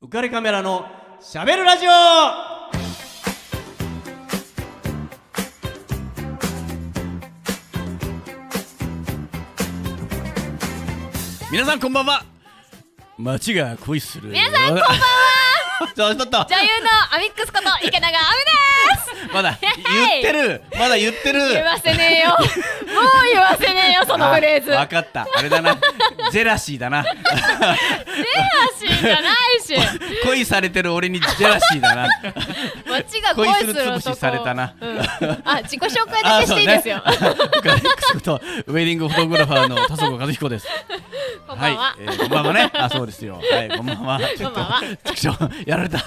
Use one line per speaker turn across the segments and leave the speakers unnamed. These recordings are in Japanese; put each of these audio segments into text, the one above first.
浮かれカメラのしゃべるラジオ
皆さんこんばんは街が恋する
皆さんこんばんは
ちょっとちょっと
女優のアミックスこと池永亜美です
まだ言ってるまだ言ってる
言わせねえ よもう言わせねえよそのフレーズ
あわかったあれだなジェラシーだな
ジェラシーじゃないし
恋されてる俺にジェラシーだ な
街が恋する
恋する
男
潰しされたな
うんあ自己紹介だけしていいですよ、
あそうね ガレックスことウェディングフォトグラファーの田底和彦です
こんばんは、
い、えーこんばんは ねあそうですよはいこんばんはちょっと
こんばんは
畜生やら れた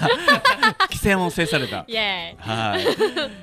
規制も制された
イエーイ
はい、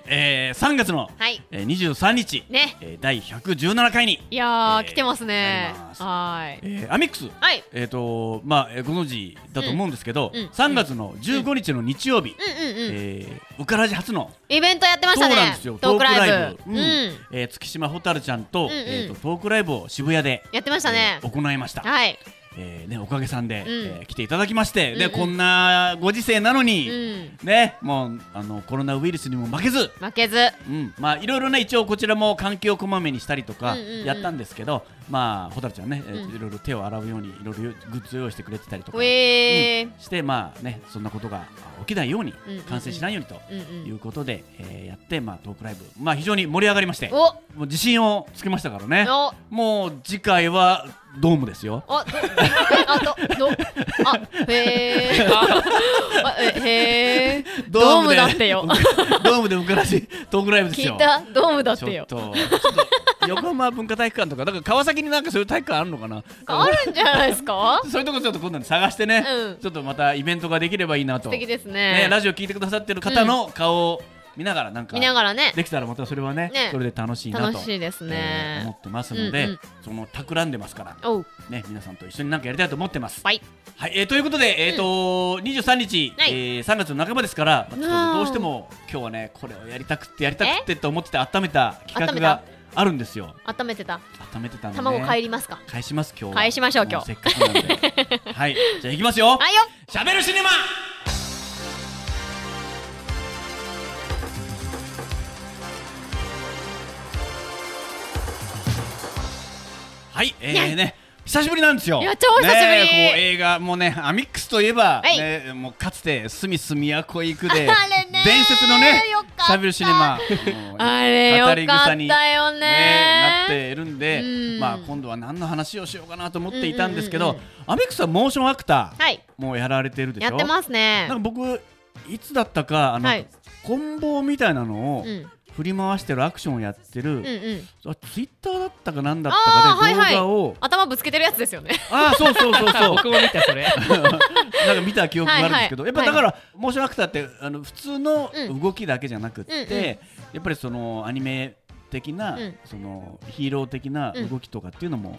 えー、3月の、
はい
えー、23日、
ね
えー、第117回に
いやー、
えー
来てますね
なります
はーい
えー、アミックス、
はい
えっ、とまあえーご存知だと思うんですけど、
うんうん
3月の15日の日曜日、
うんうんうん、
えー、ウカラジ初の
イベントやってましたね
そうなんですよ
トークライブ
トークライブうんえー月島ほたるちゃんと,、
んうん
えー、とトークライブを渋谷で
やってましたね
えー行いました、
はい
えーね、おかげさんで、
ん
えー来ていただきまして、
うん
で
うん
こんなご時世なのに、
うん
ね、もうあのコロナウイルスにも負けず、
負けず
うん、まあいろいろね一応こちらも換気をこまめにしたりとか
うんうんうん
やったんですけど、まあ蛍ちゃんね、えー
うん
いろいろ手を洗うようにいろいろグッズを用意してくれてたりとか、
うえー、
してまあねそんなことがあ起きないように、
うんうんうん
感染しないようにと
うんう
い
ん
うことで、えーやってまあトークライブまあ非常に盛り上がりましても
お
う自信をつけましたからね
お
もう次回はドームですよ。
あ、ど、えあ、ど、ど、 あ、へえ。あ、えへえ。ドーム
で
だってよ。
ドームで昔トークライブです
聞
よ
いた、ドームだっ
ちょ
て
っ
よ。
とちょっと横浜文化体育館とかだから川崎になんかそういう体育館あるのかな
あるんじゃないですか。
そういうとこちょっと今度探してね、
うん
ちょっとまたイベントができればいいなと
素敵です
ね
ね。
ラジオ聞いてくださってる方の顔を見ながらなんか
見ながらね。
できたらまたそれはね
ね
それで楽しいなと
楽しいです
えー思
ね。
ってますので、
うんうん
その企んでますから
おう、
ね皆さんと一緒になんかやりたいと思ってます。
はい。
はい、えーということでえっ、と23日、
はい
えー3月の半ばですから、まあちょっ
あ
と
ー
どうしても今日はねこれをやりたくってやりたくってと思ってて温めた企画
温め
が
た
あるんですよ。
温めてた。
温めてたんで、ね、
卵帰りますか。
返します今日は
返しましょう
も
今日
せっかく なんではいじゃあ行きますよ
はいよ。
しゃべるシネマはいえー、ね久しぶりなんですよ。
いや超久しぶり
ねえこう映画もうねアミックスといえば、
はい
ね、もうかつてスミス都行く
あ
で
れね
伝説のね
よかった
しゃべるシネ マもう
あれよ
語
かっ
り
た
草
よ
にね
ね。
なっているんで、
うん
まあ今度は何の話をしようかなと思っていたんですけ
うん
ど
うんうんう
アメックスはモーションアクター、
はい。
もうやられてるでしょ
やってますね
な。んか僕いつだったかあの、
はい
コンボみたいなの
う
を
ん。うん
振り回してるアクションをやってる、
うん。
あツイッターだったかなんだったかで
あーはいはい
動画を
頭ぶつけてるやつですよね。
ああそうそうそう そう
僕も見たそれ
なんか見た記憶があるんですけど、
はい
や
は
っ
い
ぱだから、モーションアクターってあの普通の
うん
動きだけじゃなくって、
うんうん
やっぱりそのアニメ的な、
うん
そのヒーロー的な動きとかっていうのも、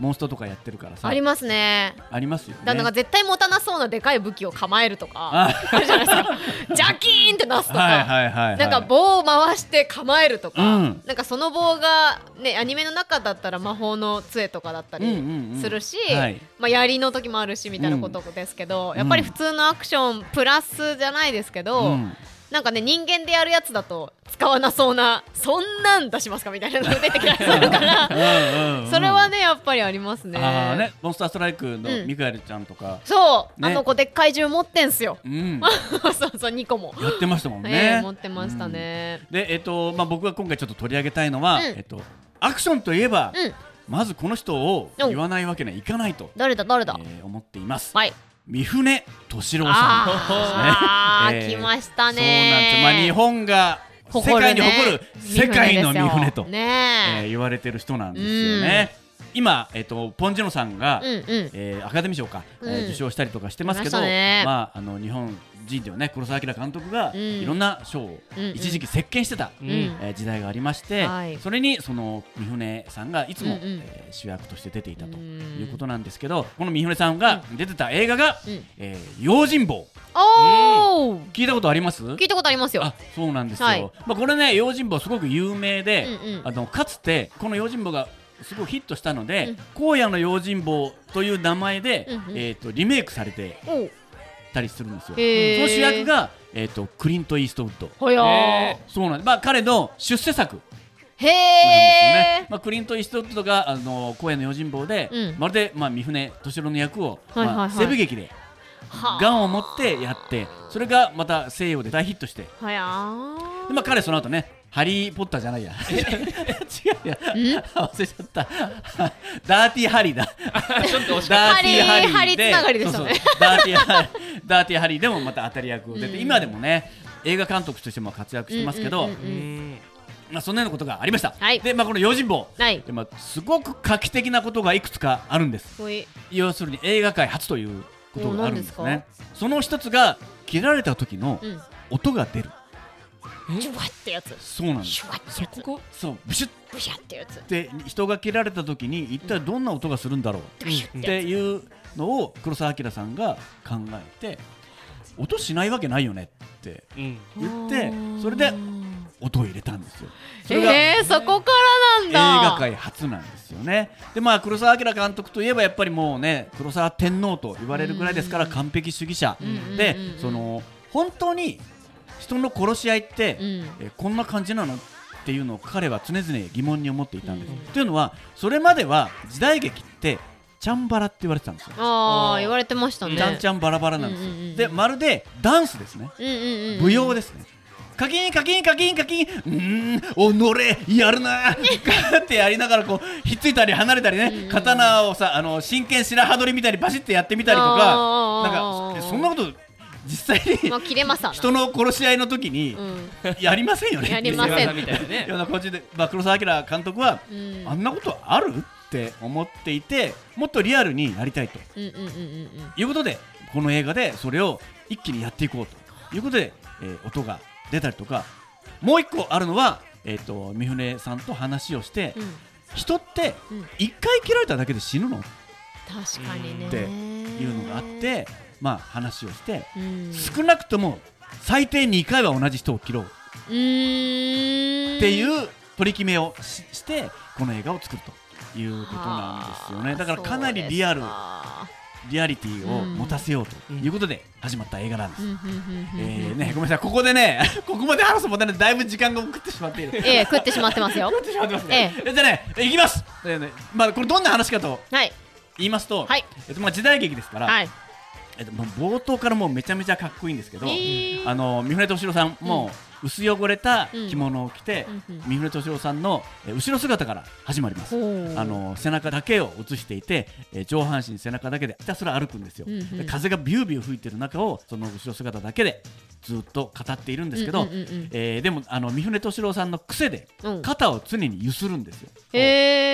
モンストとかやってるからさ
ありますね。
ありますよね。
だなんか絶対持たなそうなでかい武器を構えるとか
あ
あるじゃないです かジャキーンって出すとか、
はいはいはい、はい、
なんか棒を回して構えるとか、
うん
なんかその棒がねアニメの中だったら魔法の杖とかだった
うんうんう
り
ん
するし、
はい
まあ、槍の時もあるしみたいなことですけど、
ん
やっぱり普通のアクションプラスじゃないですけど、
うん
なんかね人間でやるやつだと使わなそうなそんなん出しますかみたいなのが出てきたりするから
うんうんうん
それはねやっぱりありますね。
あーねモンスターストライク
う
の
ん
ミカエルちゃんとか、
そう、
ね
あの子でっかい銃持ってんすよ。
うん
そうそう2個も。
やってましたもんね。
ええ持ってましたね。
うん。でえっ、とまあ僕が今回ちょっと取り上げたいのは、
うん
えっとアクションといえば、
うん、
まずこの人を言わないわけにはいかないと、
誰だ誰だ。
えー思っています。
はい。
三船敏郎さ
あ
ん
ー
ですね。
来まし
そうな
たね
んですよ。まあ日本が世界に誇る世界の三船と、
ね
えー
え。
言われてる人なんですよね。今えっ、とポンジェノさんが、
うんうん。
えーアカデミー賞か、えー
うん
受賞したりとかしてますけど、
しましたね
まああの日本人ではね黒澤明監督が
うん
いろんな賞を
うんうん
一時期席巻してた、
うん
うん
えー時代がありまして、
はい
それにその三船さんがいつも、
うんうん
えー主役として出ていたと
うん
いうことなんですけど、この三船さんが出てた映画が、
うん
えー用心棒
おお。
聞いたことあります？
聞いたことありますよ
あ。そうなんですよ、
はい
まあ、これね用心棒すごく有名で、
うんうん
あのかつてこの用心棒がすごいヒットしたので、
うん
荒野の用心棒という名前で、
うんうん
えー、とリメイクされて
おう
たりするんですよ。そ
へー
の主役が、えっとクリント・イーストウッド。
ほよー
え
そうなんです。まあ彼の出世作なんですよ
へ
ね。
え
まあクリント・イーストウッドがあの公演の用心棒で、
うん
まるでまあ三船敏郎の役を、
はいはいはい
まあ、西部劇でガンを持ってやって、それがまた西洋で大ヒットして、
はや
でまあ彼その後ね。ハリー・ポッターじゃないや。 違うや。忘れちゃった。 ダーティー・ハリーだ。
ちょっと惜しかっ
ダーティーハリー
ハリーハリーつながりでしたね
そうそうダーティーハリー ダーティーハリーでもまた当たり役を出て、
うん
今でもね映画監督としても活躍してますけど、
うんうんうん
た。うん
まあそんなようなことがありました。
はい
でまあこの用心棒、
はい
でまあすごく画期的なことがいくつかあるんです。
ほい
要するに映画界初ということがあるんです
お何
ね。その一つが切られた時の
うん
音が出る。
シュワってやつ
そうなんです
シ。ュワってやつ
こ
そうブシュッ
ブシャってやつ
て人が切られた時に一体どんな音がするんだろう。
ブシュ
っ
っててや
いうのを黒澤明さんが考えて音しないわけないよねって
うん
つ
言って
あー
それで音を入れたんですよそれが映
えー、そこからなんだ
画界初なんですよねでまあ黒澤明監督といえばやっぱりもうね黒澤天皇と言われるぐらいですから
うん
完璧主義者
うん
で
うんうんうん
その本当に人の殺し合いって、
うん
えーこんな感じなのっていうのを彼は常々疑問に思っていたんです、
うん
というのはそれまでは時代劇ってチャンバラって言われてたんですよ
あ
あ
あ
ー
言われてましたね
ちゃんちゃんバラバラなんですよ、
うんうんうん
でまるでダンスですね
うんうんうん
舞踊
で
ですね、カキンカキンカキンカキンうーん己やるなーガーってやりながらこうひっついたり離れたりね、
うんうん
刀をさあの真剣白羽取りみたいにバシッてやってみたりと
あ
かな
ー
んかそそんなこと実際に
まあ切れますわな
人の殺し合いの時に
うん
やりませんよね
やりま
ま
せん
せんみたい なね
ような感じで、まあ、黒澤明監督は、
うん
あんなことあるって思っていてもっとリアルになりたいと
うんうんうんうんうん
ということでこの映画でそれを一気にやっていこうということで、えー音が出たりとかもう一個あるのは、えー、と三船さんと話をして、
うん
人って
うん
一回切られただけで死ぬのっ
確かにね
っていうのがあって、まあ、話をして
うん
少なくとも最低2回は同じ人を切ろう
うーん
っていう取り決めをししてこの映画を作るということなんですよねだからかなりリアル
あ
リアリティを持たせようということで始まった映画なんです
ーそうですかうん
え
うんうんうん
ーね、ごめんなさい、ここでね、 ここまで話すもんね、だいぶ時間が送ってしまっている。
ええ食ってしまってますよ
食ってしまってますね。えじゃあね、いきます、えーねまあ、これ、どんな話かと
はい
言いますと、
はい
えっとまあ、時代劇ですから、
はい
えっと、もう冒頭からもうめちゃめちゃかっこいいんですけど、
えー
あの三船敏郎さん、もう薄汚れた
うん
着物を着て、
うんうん
三船敏郎さんのえー後ろ姿から始まります。
ほう
あの背中だけを映していて、えー上半身背中だけでひたすら歩くんですよ、
うんうん
で風がビュービュー吹いてる中をその後ろ姿だけでずっと語っているんですけど、
うんうんうんうん
えーでもあの三船敏郎さんの癖で
うん
肩を常に揺するんですよ、
え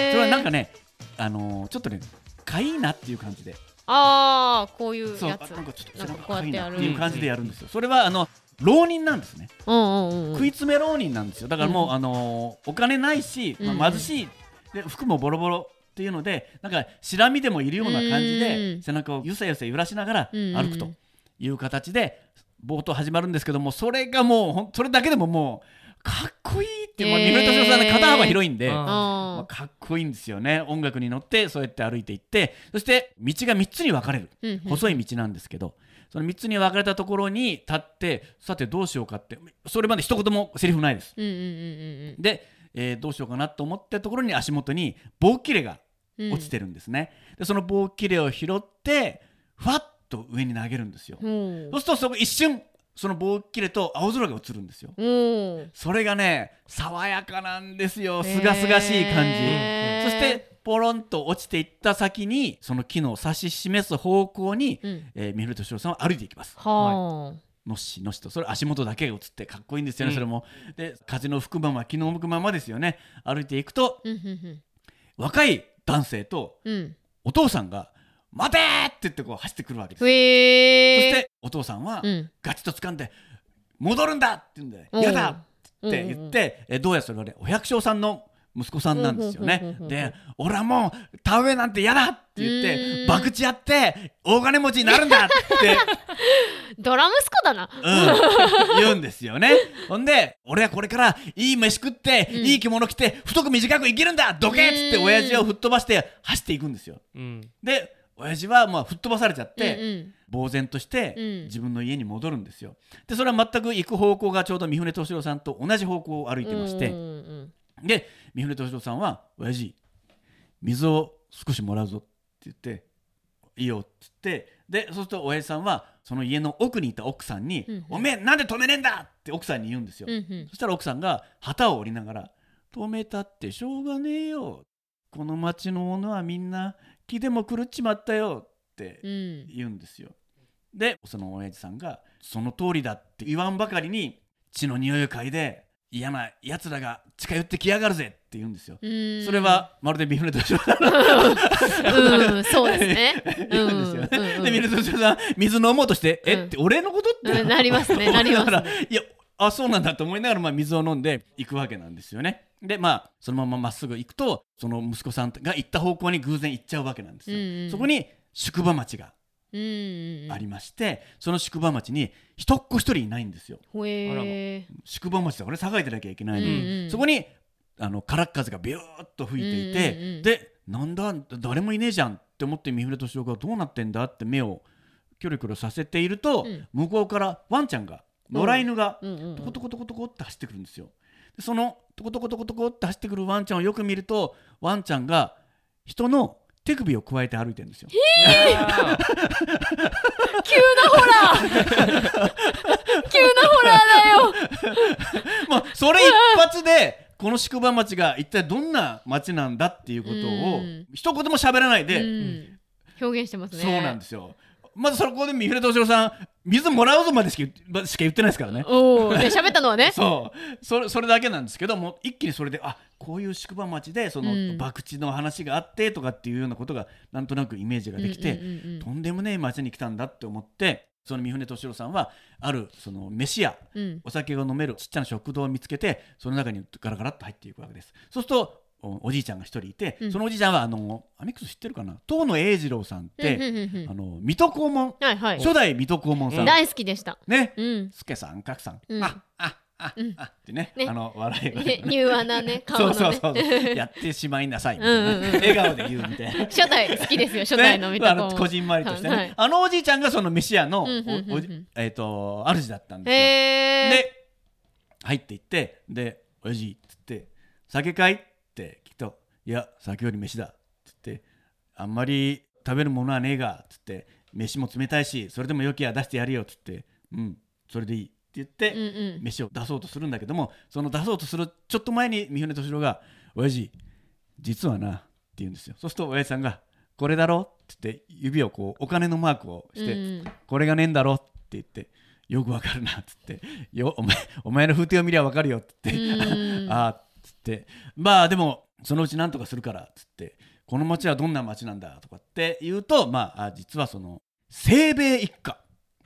ー
それはなんかね、あのーちょっとねかいいなっていう感じで
ああこういう
そう
や
あ
つ
なんかちょっと
な
背
んか
中
こうや
か
っ
いい
てや
なっ
る
ていう感じでやるんですよそれはあの浪人なんですね
うんうんうん
食い詰め浪人なんですよだからもう、
うん
あのーお金ないし、まあ貧しい、で服もボロボロっていうのでなんかしらみでもいるような感じ
うん
で背中をゆさゆさ揺らしながら
うん
歩くという形で冒頭始まるんですけどもそれがもうほんそれだけでももうかっこいいって、まあ、
え
三
ー
浦敏郎さんの肩幅広いんで。
あ
まあ
あ
かっこいいんですよね音楽に乗ってそうやって歩いていってそして道が3つに分かれる
ー
細い道なんですけどその3つに分かれたところに立ってさてどうしようかってそれまで一言もセリフないです
うんうんうん
で、えーどうしようかなと思ったところに足元に棒切れが
うんうん
落ちてるんですね、でその棒切れを拾ってふわっと上に投げるんですよ、
うん
そうするとそこ一瞬その棒切れと青空が映るんですよ
うん
それがね爽やかなんですよすがすがしい感じ、
へー
そしてポロンと落ちていった先にその木の指し示す方向に、
うん
えー、三浦敏郎さんは歩いていきます
はあ
のっしのっしとそれ足元だけが映ってかっこいいんですよね、
うん
それもで風の吹くまま気の向くままですよね歩いていくと
うんうん
若い男性と
うんうん
お父さんが「待て!」って言ってこう走ってくるわけです、
ふえー
そしてお父さんは
うん
ガチッと掴んで「戻るんだ!」って言うんで「
うん
やだ!」って言って、えどうやらそれはねお百姓さんの息子さんなんですよ
うんうん
ね
うんうんうん
で「俺はもう田植えなんて嫌だ!」って言っ
う
て
ん
博打やって大金持ちになるんだって
ドラ息子だな
うん、言うんですよね。ほんで、俺はこれからいい飯食って、
うん
いい着物着て、太く短く生きるんだどけっつって、
うん
親父を吹っ飛ばして走っていくんですよ。
うん
で、親父はまあ吹っ飛ばされちゃって、
うん
呆然として
うん
自分の家に戻るんですよ。でそれは全く行く方向がちょうど三船敏郎さんと同じ方向を歩いてまして、
うんうんうん
で三船敏郎さんは「親父水を少しもらうぞ」って言って「いいよ」って言ってでそうすると親父さんはその家の奥にいた奥さんに「
うんうん
おめえなんで止めねえんだ!」って奥さんに言うんですよ。
うんうん
そしたら奥さんが旗を折りながら「止めたってしょうがねえよこの町の者はみんな気でも狂っちまったよ」って
うん
言うんですよ。でその親父さんが「その通りだ」って言わんばかりに血の匂いを嗅いで嫌なやつらが近寄ってきやがるぜって言うんですよ。
うん
それはまるで三船敏郎さんの
うんそうですねう
言うん
ん
ですよね。
うん
で三船敏郎さん水飲もうとして「え
うん
って俺のこと?」って
うんなりますね なります
だからいやあそうなんだと思いながら、まあ、水を飲んでいくわけなんですよね。でまあそのまままっすぐ行くとその息子さんが行った方向に偶然行っちゃうわけなんですよ。
うんうん
そこに宿場町が
うんうんうん
ありまして、その宿場町に人っ子一人いないんですよ
ほえー
宿場町だからね栄えてなきゃいけないのに、
うんうん
そこにあの空っ風がビューッと吹いていて、
うんうんうん
でなんだ誰もいねえじゃんって思って三船敏郎がどうなってんだって目をキョロキョロさせていると、
うん
向こうからワンちゃんが野良犬が
うんうん
トコトコトコトコって走ってくるんですよ。でそのトコトコトコトコって走ってくるワンちゃんをよく見るとワンちゃんが人の手首をくわえて歩いてるんですよ。
あー
急なホラー 急なホラーだよ
まあそれ一発でこの宿場町が一体どんな町なんだっていうことを
うん
一言も喋らないうで、
ん表現してますね
そうなんですすよまずそこで三浦敏郎さん水もらうぞまでしか言ってしか言ってないですからね
おお喋ったのはね
そうそれそれだけなんですけどもう一気にそれであこういう宿場町でその
うん
博打の話があってとかっていうようなことがなんとなくイメージができて、
うんうんうんうん
とんでもねえ町に来たんだって思ってその三船敏郎さんはあるその飯屋
うん
お酒が飲めるちっちゃな食堂を見つけてその中にガラガラっと入っていくわけですそうするとおおじいちゃんが一人いて、
うん
そのおじいちゃんはあのアミックス知ってるかな遠野英二郎さんって、
うんうんうん
あの水戸黄門、
はいはい
初代水戸黄門さん、
大好きでした
ね
うん
助さん格さん、
うん
あああ、
うん
あってね
ね
あの笑いが、
ね 柔和なね 顔
そ
の
う
ね
そうそうそう やってしまいなさいみたいなね、
うんうんうん
笑顔で言うみたいな。
初代好きですよ 初代の
ね
見
まあ
た
あのこじんまりとしてね、
はい
あのおじいちゃんがその飯屋のおお
うんうんうんうん
じえっ、と主だったんですよ。
へえ
で入っていってで「親父」っつって「酒かい?」って聞くと「いや酒より飯だ」っつって「あんまり食べるものはねえが」っつって「飯も冷たいしそれでもよきゃ出してやるよ」っつって「うんそれでいい」って言って、
うんうん
飯を出そうとするんだけどもその出そうとするちょっと前に三船敏郎が「親父実はな」って言うんですよそうすると親父さんが「これだろ?」って言って指をこうお金のマークをして「
うん
これがねえんだろ」って言って「よくわかるな」っつって「よお前お前の風景を見りゃわかるよ」って言って「
うん
ああ」っつって「まあでもそのうちなんとかするから」っつって「この町はどんな町なんだ」とかって言うとまああ実はその清兵衛一家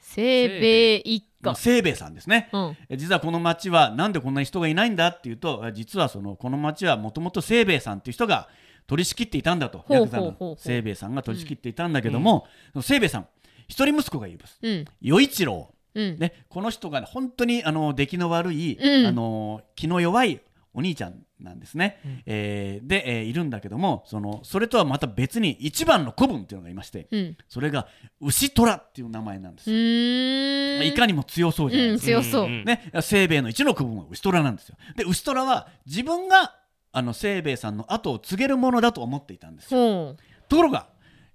西米一家
清兵衛さんですね
うん
え実はこの町はなんでこんなに人がいないんだっていうとえ実はそのこの町はもともと清兵衛さんっていう人が取り仕切っていたんだと
ほうほう
ヤクザ
ほうほ
の
う
清兵衛さんが取り仕切っていたんだけども、その清兵衛さん一人息子がいます
うん
与一郎、
うん
ね、この人が本当にあの出来の悪い、
うん
あの気の弱いお兄ちゃんなんですね、えーで、えーいるんだけどもそのそれとはまた別に一番の子分っていうのがいまして
うん
それが牛虎っていう名前なんです
う
よ、
ーん
いかにも強そうじゃないですか
うん強そう
うん
ね、清兵衛の一の区分は牛虎なんですよ。で牛虎は自分があの清兵衛さんの後を継げるものだと思っていたんですよ。
ほう
ところが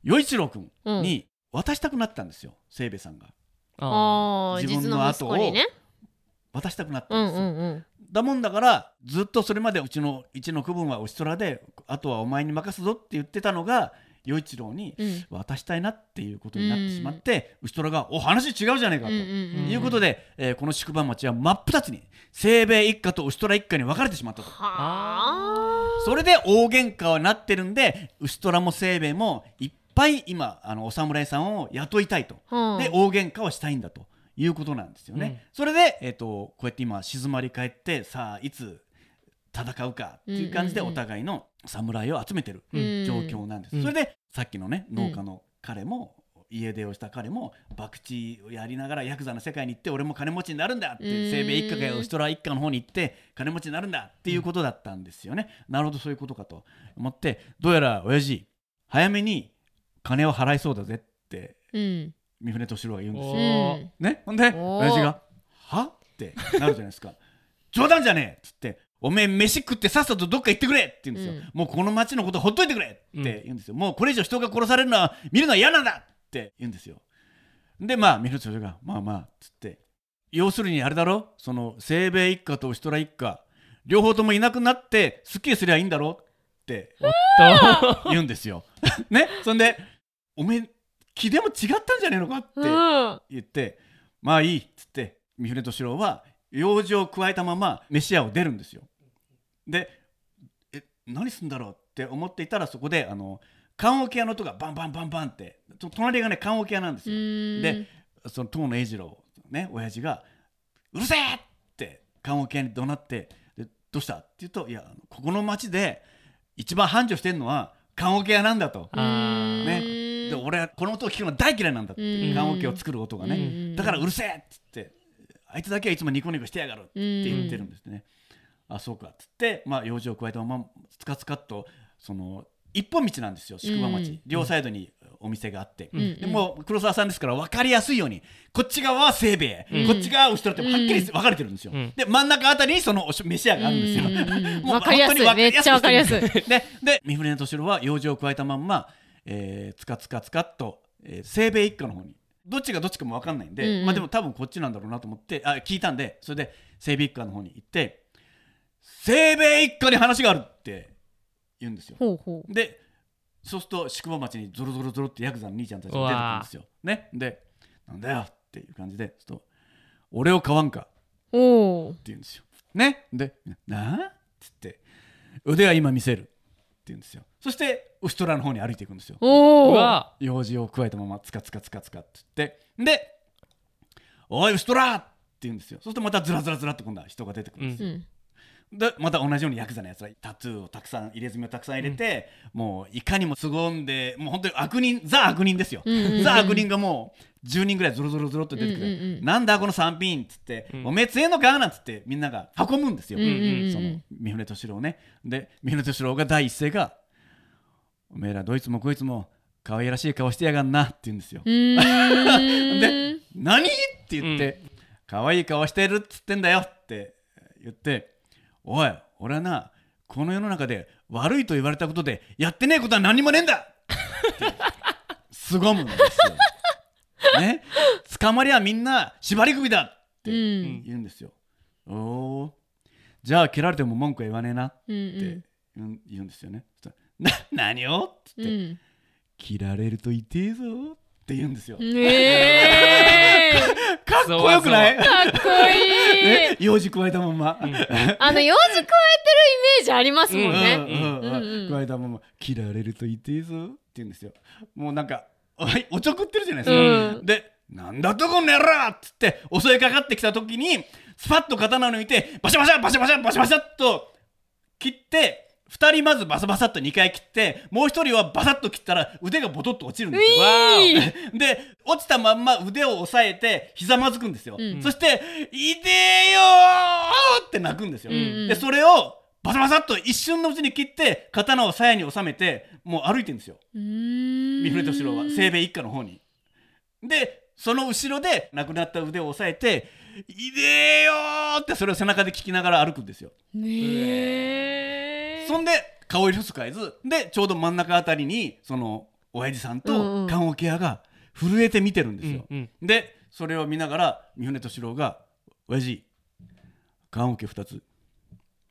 与一郎君に渡したくなったんですよ清兵衛さんが
あ
ああ
自分
実
の
の
後
息
を
子にね
渡したくなっ
う
たん
ん
です
う
よ。
んうん
だもんだからずっとそれまでうちの一の区分は牛虎であとはお前に任すぞって言ってたのが与一郎に
うん
渡したいなっていうことになってしまって、牛虎が「お話違うじゃねえか」と。
うん
いうことで、えーこの宿場町は真っ二つに清兵衛一家と牛虎一家に分かれてしまったと
はあ
それで大喧嘩はなってるんで牛虎も清兵衛もいっぱい今あのお侍さんを雇いたいと、
うん
で大喧嘩をしたいんだということなんですよね、
うん
それで、えー、とこうやって今静まり返ってさあいつ戦うかっていう感じで
うんう
お
んうん
互いの侍を集めてる
うん
状況なんです、
うん
それでさっきのね
ん
農家の彼も、家出をした彼も博打をやりながらヤクザの世界に行って俺も金持ちになるんだって
うん
清兵衛一家が牛虎一家の方に行って金持ちになるんだっていうことだったんですよね、なるほどそういうことかと思ってどうやら親父早めに金を払いそうだぜって
うん
三船敏郎が言うんですよ
お。
うん
ね、ほんで
お
親父が「は?」ってなるじゃないですか 「冗談じゃねえ!」っつって「おめえ飯食ってさっさとどっか行ってくれ!」って言うんですよ、
うん
もうこの町のことほっといてくれ!」って言うんですよ、もうこれ以上人が殺されるのは見るのは嫌なんだって言うんですよでまあ三船敏郎が「まあまあ」っつって要するにあれだろその清兵衛一家とシトラ一家両方ともいなくなってすっきりすりゃいいんだろって
と
言うんですよ。 ね、そんで「おめえ気でも違ったんじゃねえのか?」って
うん
言って「まあいい」っつって三船敏郎は用事を加えたまま飯屋を出るんですよ。で「え何すんだろう?」って思っていたらそこであの棺桶屋の音がバンバンバンバンってと隣がね棺桶屋なんです
う
よ。
ん
でその遠野栄次郎ね親父が「うるせえ!」って棺桶屋に怒鳴ってで「どうした?」って言うと「いやあのここの町で一番繁盛してんのは棺桶屋なんだ」と。
あ
ね
うん
で俺はこの音を聞くのは大嫌いなんだって
うん
棺桶を作る音がね、
うん
だからうるせえっつってあいつだけはいつもニコニコしてやがるって言ってるんですね、あそうかっつって、まあ、用事を加えたままつかつかっとその一本道なんですよ宿場町、
うん
両サイドにお店があって、
うん
でもう黒沢さんですから分かりやすいようにこっち側は清兵衛、
うん
こっち側は後ろってはっきり分かれてるんですよ、
うん
で真ん中あたりにそのおし飯屋があるんですよ、
うんうんうん
もう
わかりやす
本
い
当にわ
めっちゃわかりやすい
くしてるんですでで三船敏郎は用事を加えたまんま、えー、つかつかつかっと、えー、西米一家の方にどっちがどっちかもわかんないんで、
うんうん
まあでも多分こっちなんだろうなと思ってあ聞いたんでそれで西米一家の方に行って西米一家に話があるって言うんですよ
ほうほう
でそうすると宿場町にゾロゾロゾロってヤクザの兄ちゃんたちが出てくるんですよ。ね、で「なんだよ」っていう感じでちょっと「俺を買わんか」って
おう
言うんですよ。ねで「なあ?」っつって「腕は今見せる」って言うんですよ。そしてウストラの方に歩いていくんですよ。
う
おう
わ
用事を加えたままつかつかつかつかって言ってで「おいウストラ!」って言うんですよ。そうするとまたずらずらずらっと今度は人が出てくるんですよ。
うん
でまた同じようにヤクザのやつらタトゥーをたくさん入れ墨をたくさん入れて、もういかにも凄んでもう本当に悪人ザ悪人ですよ、
うんうんうん
ザ悪人がもう10人ぐらいゾロゾロゾロって出てくる、
うんうんうん
なんだこの三品っつって、
うん
おめえ強えのかなんつってみんなが運ぶんですよ、
うんうんうん
その三船敏郎をねで三船敏郎が第一声が「おめえらどいつもこいつも可愛らしい顔してやがんな」って言うんですよ、
うーん
で「何?」って言って「可愛い顔してるっつってんだよ」って言って「おい俺はなこの世の中で悪いと言われたことでやってねえことは何もねえんだ!」って凄むんです よ。ね捕まりゃみんな縛り首だって
うん
言うんですよ。おおーじゃあ蹴られても文句は言わねえなっ
うん
て言うん言うんですよね。そしたらな 何を?」って
うん
言って、切られると痛えぞ」って言うんですよ。
うんええ
かっこよくない
かっこいい
ね用事加えたまんま。
あの用事加えてるイメージありますもんね
うんうん
うんうん
加えたまま「切られると痛いぞ」って言うんですよ。もうなんかおいおちょくってるじゃないですか。
うん
で「なんだとこの野郎!」っつって襲いかかってきた時にスパッと刀を抜いてバシャバシャバシャバシャバシャバシャっと切って。2人まずバサバサっと2回切ってもう1人はバサッと切ったら腕がボトッと落ちるんですよ。
わ
いい
で落ちたまんま腕を押さえてひざまずくんですよ、
うん
そして「いでえよー!」って泣くんですよ、
うんうん
でそれをバサバサっと一瞬のうちに切って刀を鞘に収めてもう歩いてるんですよ
三
三船敏郎は清兵衛一家の方にでその後ろで亡くなった腕を押さえて「いでえよー!」ってそれを背中で聞きながら歩くんですよ
ねえ
そんで顔色つかえずでちょうど真ん中あたりにその親父さん
う
と
んうん
棺桶屋が震えて見てるんですよ、
うん
でそれを見ながら三船敏郎が「親父棺桶2つ」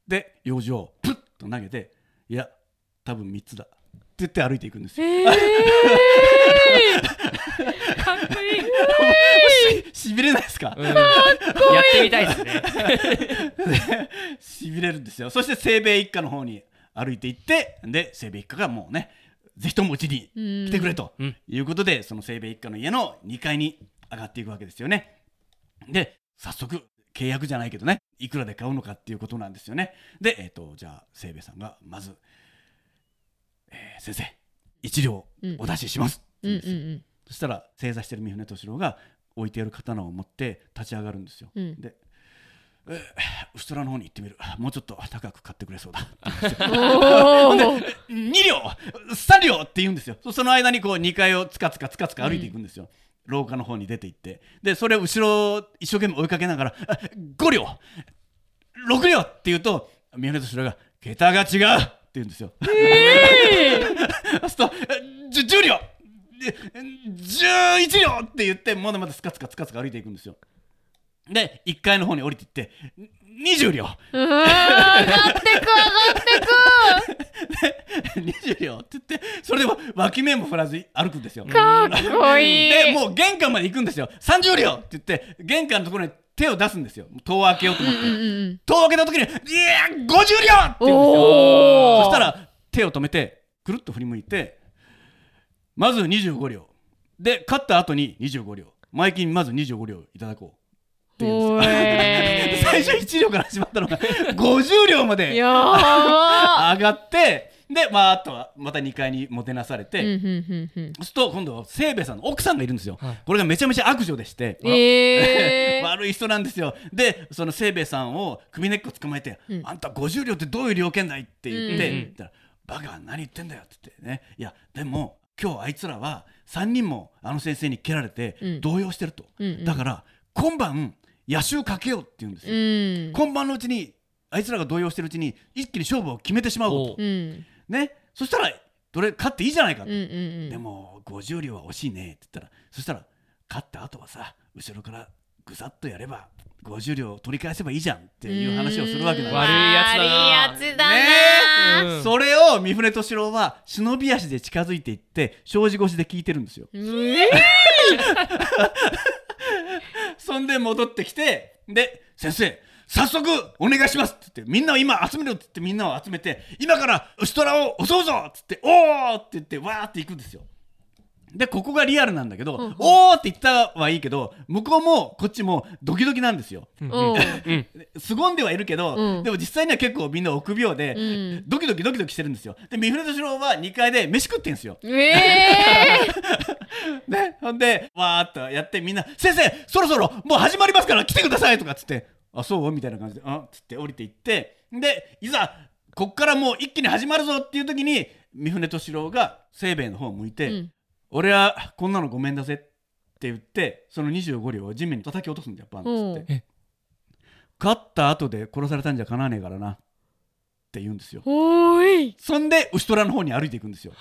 で用事をプッと投げて「いや多分3つだ」って言って歩いていくんですよ。
ええ
かっこいい
ししびれないですか、
うんやってみたいですね
しびれるんですよそして清兵衛一家の方に歩いていってで清兵衛一家がもうねぜひともうちに来てくれと
うん
いうことで、その清兵衛一家の家の2階に上がっていくわけですよねで早速契約じゃないけどねいくらで買うのかっていうことなんですよねでえっ、とじゃあ清兵衛さんがまず、えー先生一両お出しします」って
う
言うん
ん
です
う
よ
ん
そしたら正座してる三船敏郎が置いてある刀を持って立ち上がるんですよ、
うん
で、えー「ウストラの方に行ってみるもうちょっと高く買ってくれそうだ」
お
で
ー
2両3両って言うんですよそその間にこう2階をつかつかつかつか歩いていくんですよ、廊下の方に出て行ってでそれを後ろを一生懸命追いかけながらあ「5両6両!」って言うと宮根と白が「桁が違う!」って言うんですよ。 そうするとじゅ10両で11両って言ってまだまだスカスカスカスカ歩いていくんですよ。で1階の方に降りていって20両
うわー上がってく上がって
20両って言ってそれでも脇目も振らず歩くんですよ。
くかっこいい
でもう玄関まで行くんですよ30両って言って玄関のところに手を出すんですよ戸を開けようと思って、
うんうん
戸を開けた時に「いや50両!」って言うんです
お
よ
ー
そしたら手を止めてくるっと振り向いてまず25両で勝った後に25両前金まず25両いただこうっていうん
ほ
で
え
すよ 最初1両から始まった のが50両まで
やば
上がってでまああとはまた2階にもてなされて、
うんうんうんうん
そうすると今度せいべさんの奥さんがいるんですよ、これがめちゃめちゃ悪女でして、
えー
悪い人なんですよでそのせいべさんを首根っこ捕まえて「
うん
あんた50両ってどういう料件だい?」って言って、
うんうん
言ったら「バカ何言ってんだよ」って言ってね「いやでも今日あいつらは3人もあの先生に蹴られ
う
て
ん
動揺してると、
うんうん
だから今晩野襲かけよう」って言うんです
う
よ、
ん
今晩のうちにあいつらが動揺してるうちに一気に勝負を決めてしまおうと
お
うん
ねそしたらどれ勝っていいじゃないか
う
と
んう。ん
でも50両は惜しいねって言ったらそしたら勝った後はさ後ろからぐさっとやれば50両取り返せばいいじゃんっていう話をするわけなんで
うん
す
悪いやつだな
悪いやつだな
ねうん
それを三船敏郎は忍び足で近づいていって障子越しで聞いてるんですよ
うん
そんで戻ってきてで先生早速お願いしますって言ってみんなを今集めろって言ってみんなを集めて今から牛虎を襲うぞって言っておーって言ってわーって行くんですよでここがリアルなんだけど、
うんうん
おーって言ったはいいけど向こうもこっちもドキドキなんですよ
うん
おう
うん
凄んではいるけど、
うん
でも実際には結構みんな臆病で、
うん
ドキドキドキドキしてるんですよで三船敏郎は2階で飯食ってんですよ
えー
ね、ほんで、わーっとやって、みんな、先生、そろそろもう始まりますから来てくださいとかっつって、あ、そうみたいな感じで、あつって降りていって、で、いざ、こっからもう一気に始まるぞっていう時に、三船敏郎が清兵衛の方を向いて、
うん
俺はこんなのごめんだぜって言って、その25両を地面に叩き落とすんだよ、パンっつっ
うん
て
え。
勝った後で殺されたんじゃかなわねえからなって言うんですよ。
おーい
そんで、牛虎の方に歩いていくんですよ。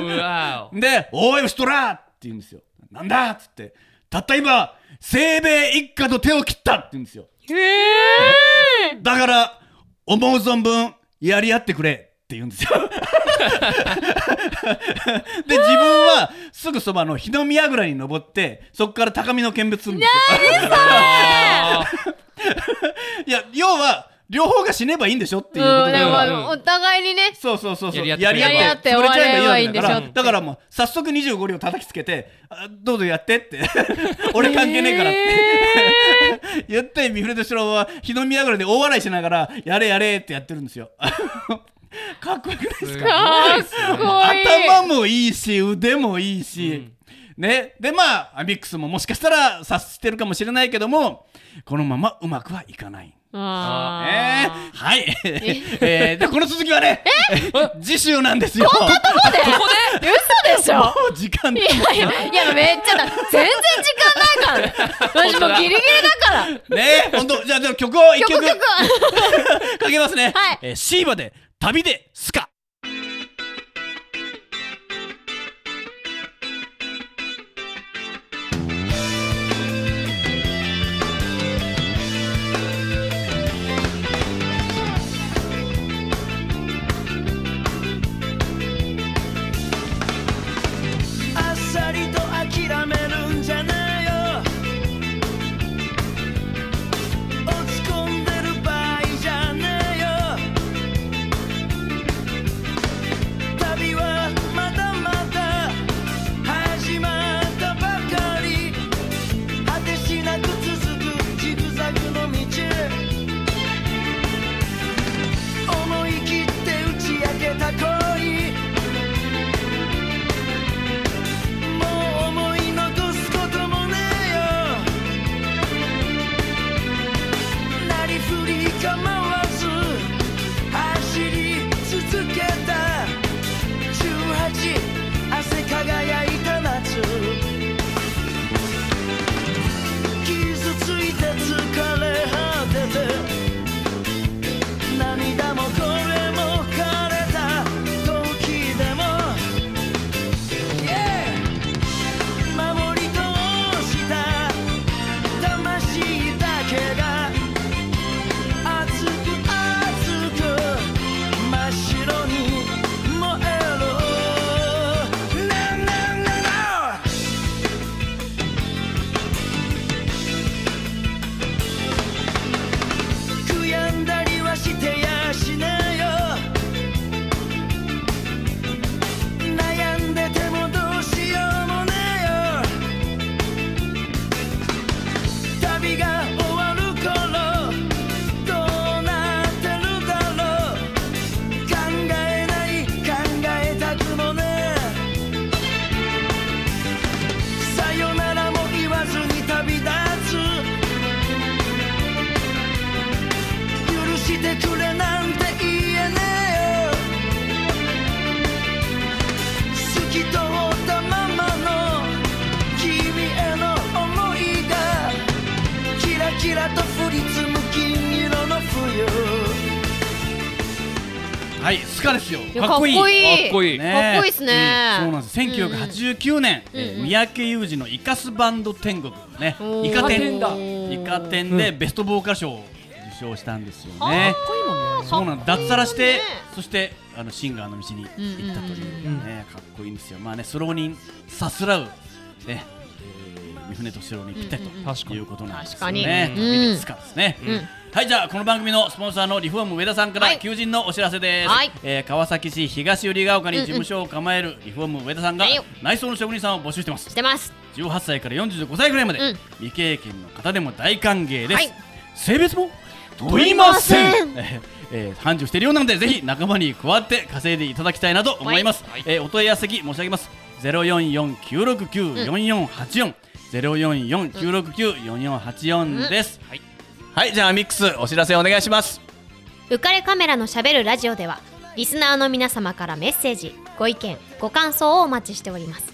うわ
で「おい牛虎!」って言うんですよ「なんだ!」っつって「たった今清兵衛一家と手を切った!」って言うんですよ
え
だから思う存分やり合ってくれって言うんですよで自分はすぐそばの日の宮倉に登ってそこから高みの見物するんですよいや要は両方が死ねばいいんでしょっていうこ
う
と
ん
だ
で
か
も
ら
あのお互いにね
そうそうそうそう
やり合って
やり合って
や
潰
り合って
れちゃえばいいわけだから
終わればいいんでしょ
だからもう早速25両叩きつけてあどうぞやってって 俺関係ねえからって 言って三船敏郎は日の宮ぐらいで大笑いしながらやれやれってやってるんですよ かっこよくないですか
かっこいい
頭もいいし腕もいいし、
うん
ね、でまあアミックスももしかしたら察してるかもしれないけどもこのままうまくはいかない
あ
え
ー
ー、はい、 えー、でこの続きはね次週なんですよこんなとこ
嘘でしょ
もう 時間
いやいやいやめっちゃだ全然時間ないから私もうギリギリだから
ね本当じゃあじゃあ曲を一曲
曲
か
曲
けますね、
はい
えー、シーバで旅でスカ
あっさりと諦めるんじゃないよ落ち込んでる場合じゃないよ
はいスカですよ
いや
かっこいい
かっこいい
かっこいい
ね
かっこいいっすね
そうなんです1989年、えー三宅裕司のイカスバンド天国ね
おー
イカ
イ
天
カ
だ
天だ
イカ天でベストボーカル賞を受賞したんですよね
こいいもんね
そうなんです脱サラして、
かっこいいよね
そしてあのシンガーの道に行ったという,、ね
うんうんうん
かっこいいんですよまあねスロー人さすらうね、えー、三船敏郎にぴったりと、
うんうんうん
確かに
いうことなんです
確か
よ
に
ね
うん
旅ですからですね、
うん
はいじゃあこの番組のスポンサーのリフォーム上田さんか
は
ら
い
求人のお知らせです、
はい
えー川崎市東百合ヶ丘に事務所を構えるリフォーム上田さんが
はいよ
内装の職人さんを募集してます
してます
18歳から45歳ぐらいまで、
うん
未経験の方でも大歓迎です、
はい
性別も
問いませ
問
ん
いません えー繁盛しているようなのでぜひ仲間に加わって稼いでいただきたいなと思います、
はい
えーお問い合わせ先申し上げます044-969-4484、044-969-4484です、はい、はい、じゃあミックスお知らせお願いします
浮かれカメラのしゃべるラジオではリスナーの皆様からメッセージご意見ご感想をお待ちしております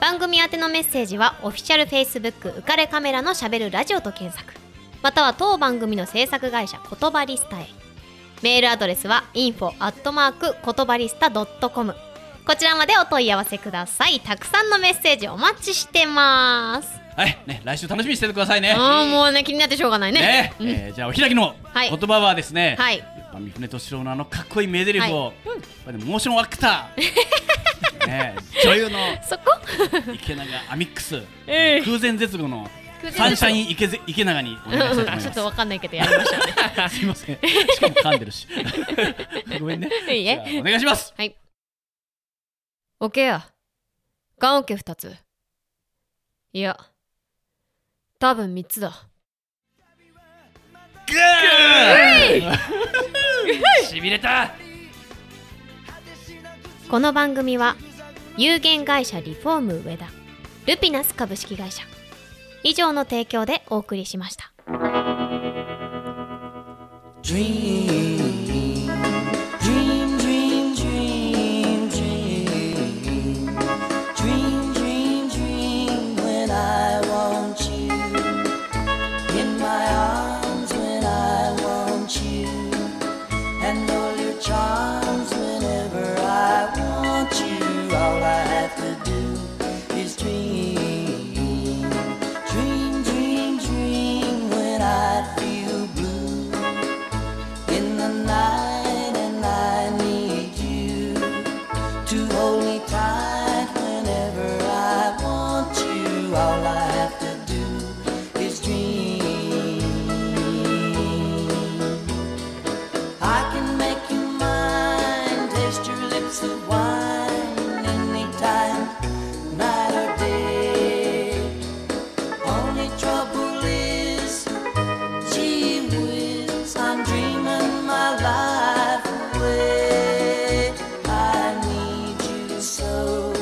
番組宛てのメッセージはオフィシャル Facebook 浮かれカメラのしゃべるラジオと検索または当番組の制作会社言葉リスタへメールアドレスは info アットマーク言葉リスタ .com こちらまでお問い合わせくださいたくさんのメッセージお待ちしてます
はいね来週楽しみにしててくださいね
あーもうね気になってしょうがないね
ね、えーじゃあお開きの
はい
言葉はですね、
はい
やっぱ三船敏郎のあのかっこいい名台詞を、やっぱりモーションアクター、 ねえ、女優の
そこ
池永アミックス、
ええ
空前絶後 の
空
サ
前絶後
ンシャイン池ぜ池永にお願いしたいと思い
ちょ
ま
っ
す
と。わかんないけどやりましたね
すいません、しかも噛んでる し、ごめんね。
いい
じゃ
え
あお願いします。
はい。おけや。ガンオケ二つ。いや。多分三つだ。
グー
しびれた
この番組は有限会社リフォーム上田ルピナス株式会社以上の提供でお送りしました。
Dream, dream, dream when I feel blue in the night and I need you to hold me tight whenever I want you. All I have to do is dream. I can make you mine, taste your lips of wine anytime, night or day. Only trouble is Gee whiz, I'm dreaming my life away. I need you so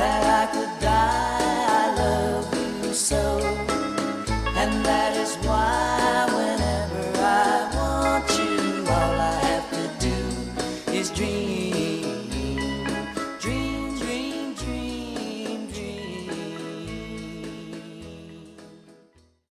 that I could die. I love you so, and that is why